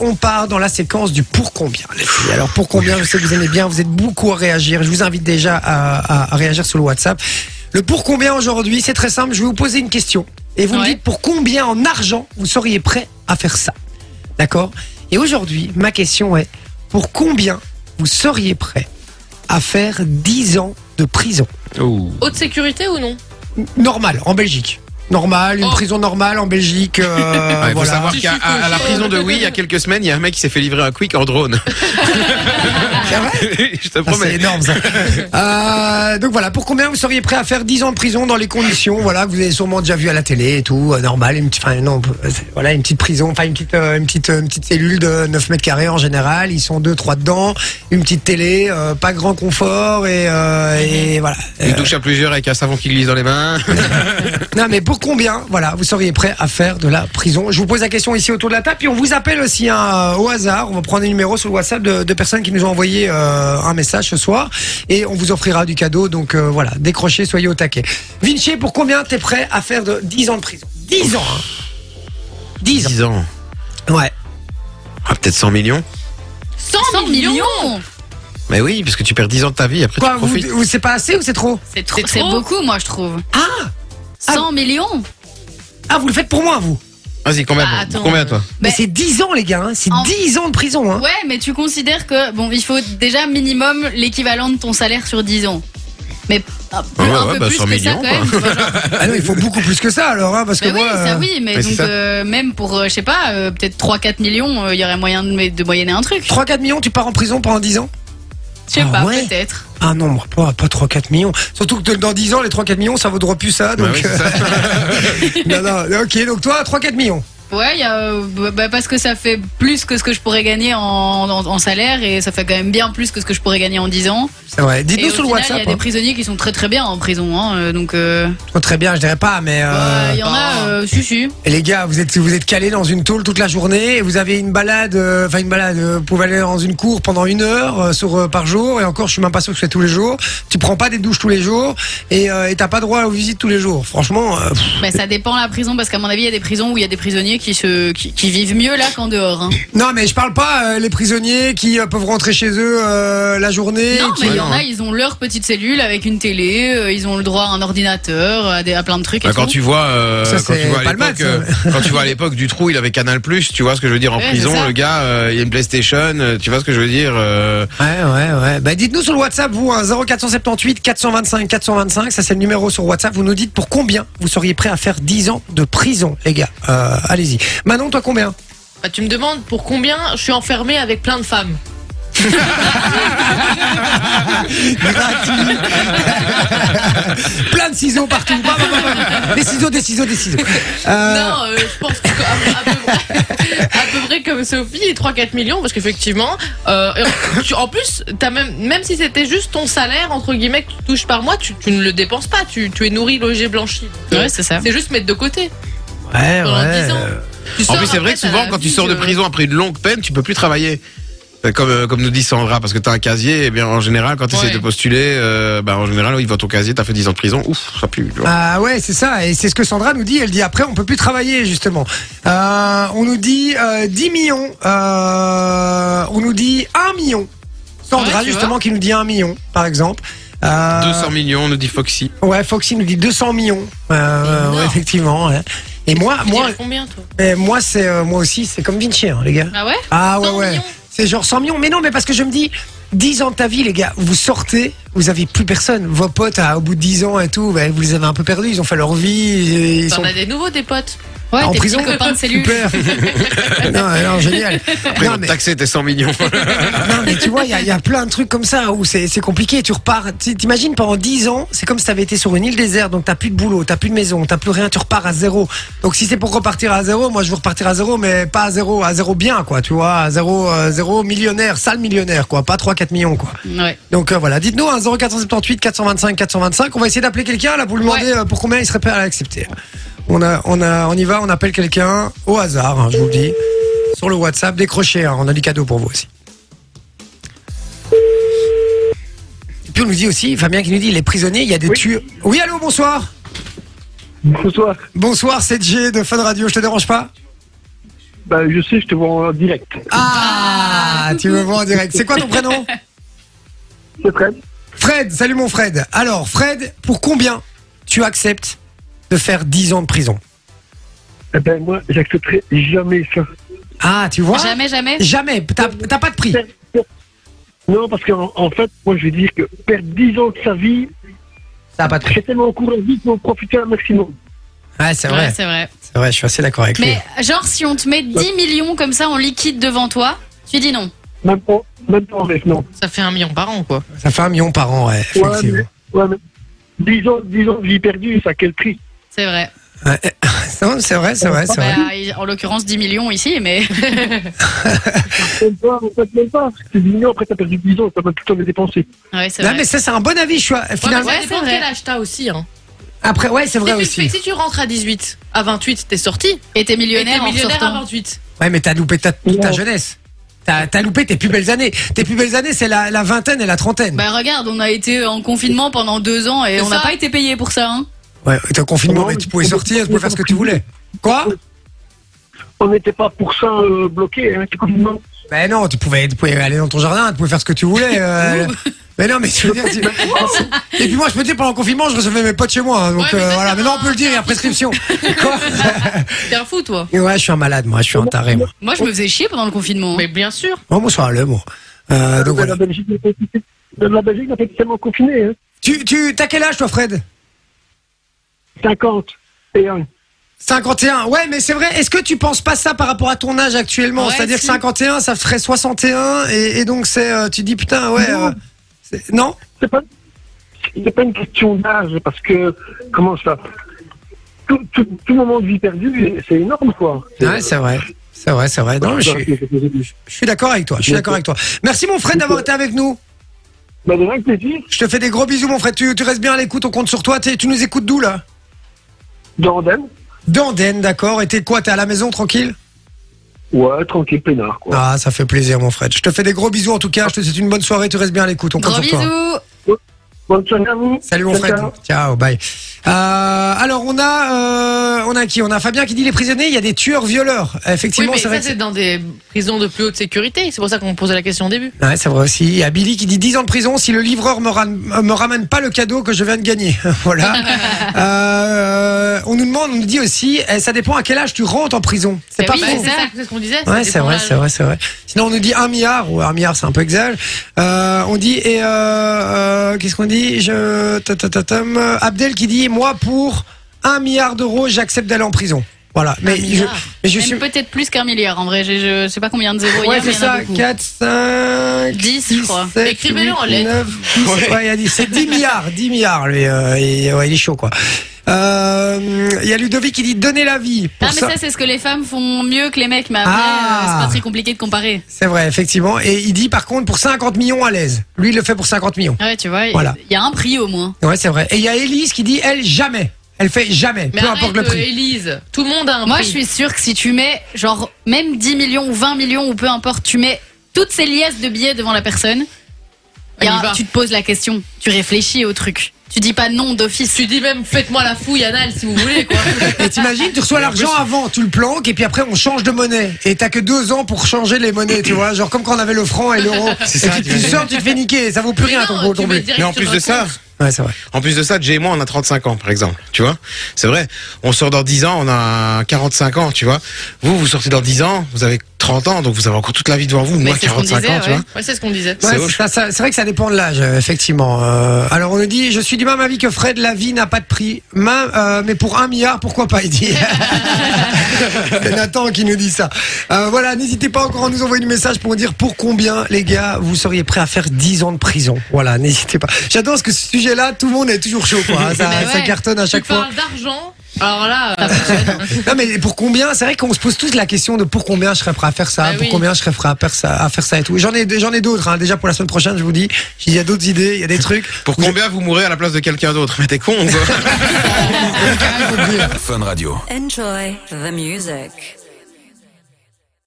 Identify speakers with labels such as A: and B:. A: on part dans la séquence du pour combien. les filles. Alors pour combien, je sais que vous aimez bien, vous êtes beaucoup à réagir. Je vous invite déjà à, à- à réagir sur le WhatsApp. Le pour combien aujourd'hui, c'est très simple. Je vais vous poser une question et vous me
B: Ouais.
A: dites pour combien en argent vous seriez prêt à faire ça. D'accord Et aujourd'hui, ma question est pour combien vous seriez prêt à faire 10 ans de prison
B: Haute sécurité ou non
A: Normal, en Belgique. Normal, une
B: Oh.
A: prison normale en Belgique. euh,
C: Ah, Il faut
A: voilà.
C: savoir
B: Tu
C: qu'à
B: suis
C: à- à la
B: cochon.
C: prison de Oui, il y a quelques semaines, il y a un mec qui s'est fait livrer un quick en drone.
A: C'est vrai
C: Je te
A: Ah, c'est
C: promets.
A: énorme ça. Euh, donc voilà, pour combien vous seriez prêt à faire 10 ans de prison dans les conditions voilà, que vous avez sûrement déjà vu à la télé et tout, euh, normal, une, petite- enfin, non, euh, c'est- voilà, une petite prison, enfin une petite, euh, une, petite, euh, une petite cellule de 9 mètres carrés en général, ils sont deux trois dedans, une petite télé, euh, pas grand confort et, euh, et voilà.
C: Une douche à plusieurs avec un savon qui glisse dans les mains.
A: Non, mais pour combien, voilà, vous seriez prêt à faire de la prison Je vous pose la question ici autour de la table, puis on vous appelle aussi hein, au hasard. On va prendre des numéros sur le WhatsApp de, de personnes qui nous ont envoyé euh, un message ce soir, et on vous offrira du cadeau. Donc euh, voilà, décrochez, soyez au taquet. Vinci, pour combien t'es prêt à faire de 10 ans de prison 10 ans hein. 10 ans
C: 10 ans.
A: Ouais.
C: Ah, peut-être 100 millions.
B: 100,
D: 100 millions
C: Mais oui, parce que tu perds 10 ans de ta vie, après
A: Quoi,
C: tu
A: vous,
C: profites.
A: vous- c'est pas assez ou c'est trop
B: C'est trop.
D: C'est très beaucoup, moi, je trouve.
A: Ah
D: 100 millions
A: Ah, vous le faites pour moi, vous
C: Vas-y, combien,
B: Ah, attends.
C: combien toi
A: Mais
D: Ben-
A: c'est 10 ans, les gars, hein, c'est
D: En-
A: 10 ans de prison. Hein.
D: Ouais, mais tu considères que, bon, il faut déjà minimum l'équivalent de ton salaire sur 10 ans. Mais un peu,
C: Ouais,
D: un
C: ouais,
D: peu
C: bah,
D: plus
C: 100
D: que ça, quand
C: millions,
D: même. tu vois, genre.
A: Ah non, il faut beaucoup plus que ça alors, hein, parce
D: Mais
A: que
D: oui,
A: moi.
D: ça
A: euh,
D: oui, mais
C: mais c'est
D: donc
C: ça.
D: euh, même pour, euh, je sais pas, euh, peut-être 3-4 millions, euh, il y aurait moyen de, de moyenner un truc.
A: 3-4 millions, tu pars en prison pendant 10 ans
D: Je sais
A: Ah
D: pas,
A: ouais.
D: peut-être.
A: Ah non, moi, pas, pas 3-4 millions. Surtout que dans 10 ans, les 3-4 millions, ça vaudra plus ça. Donc,
C: Bah oui, c'est ça.
A: euh, non, non, ok, donc toi, 3-4 millions.
D: Ouais, il y a, euh, bah, bah, parce que ça fait plus que ce que je pourrais gagner en, en- en salaire et ça fait quand même bien plus que ce que je pourrais gagner en 10 ans.
A: C'est vrai.
D: Et au
A: Dites-nous sur le
D: final, il y a
A: WhatsApp.
D: des
A: hein.
D: prisonniers qui sont très très bien en prison, hein, euh, donc euh,
A: Oh, très bien, je dirais pas, mais. euh,
D: bah, il y en
A: bah,
D: a, euh, si si.
A: Et les gars, vous êtes, vous êtes calés dans une tôle toute la journée et vous avez une balade, euh, enfin une balade, euh, vous pouvez aller dans une cour pendant une heure euh, sur, euh, par jour et encore, je suis même pas sûr que ce soit tous les jours. Tu prends pas des douches tous les jours et euh, et t'as pas droit aux visites tous les jours. Franchement, euh, pff,
D: Mais Bah, ça dépend la prison parce qu'à mon avis il y a des prisons où il y a des prisonniers qui se qui, qui vivent mieux là qu'en dehors. hein.
A: non, mais je parle pas euh, les prisonniers qui euh, peuvent rentrer chez eux euh, la journée.
D: non
A: qui-
D: mais il y en
C: non, hein.
D: a ils ont leur petite cellule avec une télé, euh, ils ont le droit à un ordinateur, à, des- à plein de trucs. et
C: Bah, quand
D: tout.
C: tu vois, euh,
A: Ça,
C: quand
A: c'est
C: tu vois à
A: pas le
C: l'époque,
A: mal, ça.
C: euh, quand tu vois à l'époque du trou, il avait Canal Plus, tu vois ce que je veux dire en
D: Ouais,
C: prison,
D: c'est ça.
C: le gars, euh, il y a une PlayStation, euh, tu vois ce que je veux dire. euh,
A: Ouais, ouais, ouais. Bah, dites-nous sur le WhatsApp, vous, hein, 0478 425 425. Ça, c'est le numéro sur WhatsApp. Vous nous dites pour combien vous seriez prêt à faire 10 ans de prison, les gars. Euh, allez-y. Manon, toi, combien
B: Bah, tu me demandes pour combien je suis enfermée avec plein de femmes.
A: Plein de ciseaux partout. Bah, bah, bah, bah. Des ciseaux, des ciseaux, des ciseaux. Euh,
B: Non, euh, je pense que, à, à peu près, à peu près comme Sophie, 3-4 millions, parce qu'effectivement, euh, tu- en plus, as même, même si c'était juste ton salaire, entre guillemets, que tu touches par mois, tu, tu ne le dépenses pas, tu, tu es nourri, logé, blanchi. Donc, euh,
D: Ouais, c'est ça.
B: C'est juste mettre de côté
A: ouais,
B: pendant
A: Ah ouais.
B: 10 ans. Tu
C: En
B: sors
C: plus, c'est vrai
B: après,
C: que
B: t'as
C: souvent,
B: la
C: quand tu
B: vie
C: sors de
B: que-
C: prison après une longue peine, tu peux plus travailler. Euh, Comme, euh, comme nous dit Sandra, parce que t'as un casier, et bien en général, quand tu essaies
B: Ouais.
C: de postuler, euh, bah, en général, oui, il voit ton casier, t'as fait 10 ans de prison, ouf, ça pue. tu vois.
A: Ah ouais, c'est ça. Et c'est ce que Sandra nous dit. Elle dit après, on peut plus travailler, justement. Euh, on nous dit euh, 10 millions. Euh, on nous dit 1 million. Sandra,
B: Ouais, tu
A: justement, qui nous dit 1 million, par exemple. Euh,
C: 200 millions, nous dit Foxy.
A: Ouais, Foxy nous dit 200 millions. Euh,
B: Énorme.
A: ouais, effectivement. ouais. Et moi,
B: euh, Tu
A: moi,
B: dirais combien, toi
A: eh, moi, c'est euh, moi aussi, c'est comme Vinci, hein, les gars.
B: Ah ouais
A: Ah ouais,
B: 100
A: ouais.
B: millions.
A: C'est genre 100 millions. Mais non, mais parce que je me dis, 10 ans de ta vie, les gars, vous sortez, vous avez plus personne. Vos potes, ah, au bout de 10 ans et tout, bah, vous les avez un peu perdus. Ils ont fait leur vie. et Ils
B: T'en
A: sont
B: as des nouveaux, des potes.
D: Ouais,
A: en
D: tes
A: prison.
D: petits copains de cellule.
A: Super. non, non, génial.
C: Après, ils
A: non,
C: vont te
A: mais,
C: taxer tes 100 millions.
A: non, mais tu vois, il y a- il y, a plein de trucs comme ça où c'est c'est compliqué. Tu repars. tu- T'imagines pendant 10 ans, c'est comme si t'avais été sur une île déserte, donc t'as plus de boulot, t'as plus de maison, t'as plus rien, tu repars à zéro. Donc si c'est pour repartir à zéro, moi je veux repartir à zéro, mais pas à zéro, à zéro bien, quoi. Tu vois, à zéro, euh, zéro millionnaire, sale millionnaire, quoi. Pas 3-4 millions, quoi.
D: Ouais.
A: Donc euh, voilà, dites-nous hein, 0478 425 425. On va essayer d'appeler quelqu'un là pour lui demander euh, pour combien il serait prêt à l'accepter. On a, on a, on y va, on appelle quelqu'un au hasard, hein, je vous le dis, sur le WhatsApp. Décrochez, hein, on a du cadeau pour vous aussi. Et puis on nous dit aussi, Fabien qui nous dit, les prisonniers, il y a des tueurs. Oui, allô, bonsoir.
E: Bonsoir.
A: Bonsoir, c'est Jay de Fun Radio. Je te dérange pas
E: Bah, je sais, je te vois en direct.
A: Ah, tu me vois en direct. C'est quoi ton prénom
E: C'est prêt
A: Fred, salut mon Fred. Alors, Fred, pour combien tu acceptes de faire 10 ans de prison
E: Eh ben, moi, j'accepterai jamais ça.
A: Ah, tu vois
D: Jamais, jamais.
A: Jamais. T'as t'as pas de prix.
E: Non, parce qu'en en fait, moi, je vais dire que perdre 10 ans de sa vie,
A: T'as pas de prix.
E: c'est tellement encouragé pour en profiter un maximum.
A: Ouais, c'est
D: Ouais,
A: vrai.
D: c'est vrai.
A: C'est vrai, je suis assez d'accord avec lui.
D: Mais genre, si on te met 10 millions comme ça en liquide devant toi, tu dis non.
E: Même pas, même pas en rêve, non.
B: Ça fait un million par an, quoi.
A: Ça fait un million par an, ouais.
E: Ouais,
A: effectivement.
E: Ouais, mais 10 ans, 10 ans de vie perdue, ça, quel prix
D: C'est vrai.
A: Ouais. Non, C'est vrai, c'est vrai, c'est vrai.
D: Bah, en l'occurrence, 10 millions ici, mais.
E: Même pas, en fait, même pas. C'est 10 millions, après, t'as perdu 10 ans, t'as même tout le temps les dépenser.
D: ouais, c'est
A: Non,
D: vrai.
A: mais ça, c'est un bon avis. Je suis à-
B: Ouais, mais
A: finalement.
D: ouais,
B: ça dépend
D: c'est
B: de
D: vrai.
B: quel âge t'as aussi. Hein.
A: Après, ouais, c'est vrai
B: si, Tu,
A: aussi.
B: si tu rentres à 18, à 28, t'es sorti.
D: Et t'es
B: Et t'es
D: millionnaire, en
B: millionnaire à
D: sortant.
B: 28.
A: Ouais, mais t'as loupé ta, toute ta
E: Ouais.
A: jeunesse. T'as t'as loupé tes plus belles années. Tes plus belles années, c'est la, la vingtaine et la trentaine.
D: Bah regarde, on a été en confinement pendant deux ans et
B: C'est
D: on n'a
B: ça.
D: pas été payé pour ça. Hein.
A: ouais, t'es en confinement,
E: Non,
A: mais
E: mais
A: tu pouvais
E: on peut-
A: sortir, tu
E: on
A: pouvais
E: peut
A: faire ce que
E: pas
A: tu voulais. Quoi
E: On n'était pas pour ça euh, bloqué, hein, tout confinement.
A: Ben non, tu pouvais, tu pouvais aller dans ton jardin, tu pouvais faire ce que tu voulais. euh, mais non, mais tu veux dire. tu- Et puis moi, je peux te dire, pendant le confinement, je recevais mes potes chez moi. hein, donc
B: Ouais, mais
A: euh,
B: ça,
A: voilà,
B: c'est
A: mais non, on
B: un-
A: peut le dire, il y a prescription. Quoi
B: T'es un fou, toi.
A: Et ouais, je suis un malade, moi, je suis un taré, moi. Oh,
D: Moi, je me faisais chier pendant le confinement.
B: Mais bien sûr.
A: Bon, bonsoir, le mot. Euh, donc voilà.
E: La Belgique n'a pas été- la Belgique n'a pas été tellement confinée, hein.
A: Tu, tu, t'as quel âge, toi, Fred
E: 50 et 1.
A: 51, ouais, mais c'est vrai. Est-ce que tu penses pas ça par rapport à ton âge actuellement
D: Ouais,
A: C'est-à-dire
D: si.
A: 51, ça ferait 61, et, et donc c'est, euh, tu dis putain, ouais.
E: Non.
A: euh, c'est- non
E: C'est pas, c'est pas une question d'âge, parce que, comment ça tout, tout, tout moment de vie perdue, c'est énorme, quoi.
A: Ouais, c'est vrai. C'est vrai, c'est vrai. Non, mais je suis, je suis d'accord avec toi. Je suis d'accord avec toi. Merci, mon Fred, d'avoir été avec nous.
E: Bah, de rien que plaisir,
A: Je te fais des gros bisous, mon Fred. Tu, tu restes bien à l'écoute. On compte sur toi. T'es- Tu nous écoutes d'où, là
E: dans Andem,
A: D'Andenne, d'accord. Et t'es quoi T'es à la maison, tranquille
E: ouais, tranquille, peinard, quoi.
A: Ah, ça fait plaisir, mon Fred. Je te fais des gros bisous, en tout cas. Je te souhaite une bonne soirée. Tu restes bien à l'écoute. On compte
D: Gros
A: sur toi.
D: bisous.
E: Bonne soirée à vous.
A: Salut mon Fred.
E: Ciao.
A: Ciao, bye. Euh, alors on a, euh, on a qui On a Fabien qui dit les prisonniers, il y a des tueurs violeurs.
B: Oui,
A: Effectivement,
B: mais
A: c'est
B: ça,
A: vrai. que
B: c'est dans des prisons de plus haute sécurité. C'est pour ça qu'on me posait la question au début.
A: c'est- Ouais, c'est vrai aussi. Il y a Billy qui dit 10 ans de prison si le livreur me, ram- me ramène pas le cadeau que je viens de gagner. voilà. Euh, on nous demande, on nous dit aussi, eh, ça dépend à quel âge tu rentres en prison. C'est
D: Eh
A: pas
D: oui,
A: faux.
B: c'est
D: ça.
B: ça, c'est ce qu'on disait.
A: Ouais,
B: ça
A: c'est vrai,
B: dépend
A: c'est vrai, c'est vrai. Sinon, on nous dit un milliard, ou un milliard, c'est un peu exact. Euh, on dit, et euh, euh, qu'est-ce qu'on dit Je, ta, ta, ta, tam. Abdel qui dit, moi, pour un milliard d'euros, j'accepte d'aller en prison. Voilà. Mais je,
B: milliard.
A: mais je
D: Même
A: suis.
D: peut-être plus qu'un milliard en vrai. Je, je sais pas combien de zéros il y
A: Ouais,
D: a, mais
A: c'est
D: il y en a
A: ça,
D: beaucoup.
A: 4, 5.
D: 10, je crois.
B: Écrivez-le en lettres.
A: 9, 10, ouais. il a dit, c'est 10 milliards, 10 milliards, lui. euh, et, ouais, il est chaud, quoi. Euh, Il y a Ludovic qui dit, donner la vie.
D: Ah,
A: Pour
D: mais
A: ça-
D: ça, c'est ce que les femmes font mieux que les mecs, mais après,
A: Ah.
D: euh, c'est pas très compliqué de comparer.
A: C'est vrai, effectivement. Et il dit, par contre, pour 50 millions à l'aise. Lui, il le fait pour 50 millions.
D: Ouais, tu vois, il
A: Voilà.
D: y a un prix au moins.
A: Ouais, c'est vrai. Et il y a Elise qui dit, elle, jamais. Elle fait jamais,
B: Mais
A: peu importe le
B: arrête,
A: prix.
B: euh, Élise, tout le monde a un
D: Moi,
B: prix.
D: je suis sûre que si tu mets, genre, même 10 millions ou 20 millions ou peu importe, tu mets toutes ces liasses de billets devant la personne, il y a-
B: Elle y va.
D: tu te poses la question, tu réfléchis au truc. Tu dis pas non d'office.
B: Tu dis même, faites-moi la fouille anale si vous voulez, quoi.
A: Et t'imagines, tu reçois l'argent avant, tu le planques, et puis après on change de monnaie. Et t'as que deux ans pour changer les monnaies, tu vois. Genre comme quand on avait le franc et l'euro.
C: C'est
A: Et
C: ça,
A: tu, tu
C: t'imagines.
A: sors, tu te fais niquer, ça vaut plus rien
B: Mais
A: ton
B: non,
A: gros
B: tu mets
A: tombé.
B: direct
C: Mais en
B: sur
C: plus
B: un
C: de ça,
B: compte.
A: Ouais, c'est vrai.
C: en plus de ça, Jay et moi, on a 35 ans, par exemple. Tu vois C'est vrai. On sort dans 10 ans, on a 45 ans, tu vois Vous, vous sortez dans 10 ans, vous avez 30 ans, donc vous avez encore toute la vie devant vous.
D: Mais
C: Moi,
D: c'est ce qu'on
C: 45 ans,
D: disait,
C: tu vois
D: ouais.
B: Ouais, c'est ce qu'on disait.
A: Ouais,
C: C'est
A: c'est
C: ouf.
A: ça, ça- c'est vrai que ça dépend de l'âge, euh, effectivement. Euh, alors on nous dit, je suis du même avis que Fred, la vie n'a pas de prix. Ma- euh, mais pour un milliard, pourquoi pas, il dit. C'est Nathan qui nous dit ça. Euh, voilà, n'hésitez pas encore à nous envoyer du message pour dire pour combien, les gars, vous seriez prêts à faire 10 ans de prison. Voilà, n'hésitez pas. J'adore ce que ce sujet-là, tout le monde est toujours chaud, quoi. hein. Ça,
D: Mais ouais.
A: ça cartonne à
B: Tu
A: chaque fois.
B: parles d'argent. Alors là, euh,
A: Non, mais pour combien, c'est vrai qu'on se pose tous la question de pour combien je serais prêt à faire ça,
B: Bah
A: pour
B: oui.
A: combien je serais prêt à faire ça, à faire ça et tout. J'en ai, j'en ai d'autres, hein. déjà pour la semaine prochaine, je vous dis. Il y a d'autres idées, il y a des trucs.
C: Pour combien vous mourrez à la place de quelqu'un d'autre Mais t'es con, quoi
F: Enjoy the music.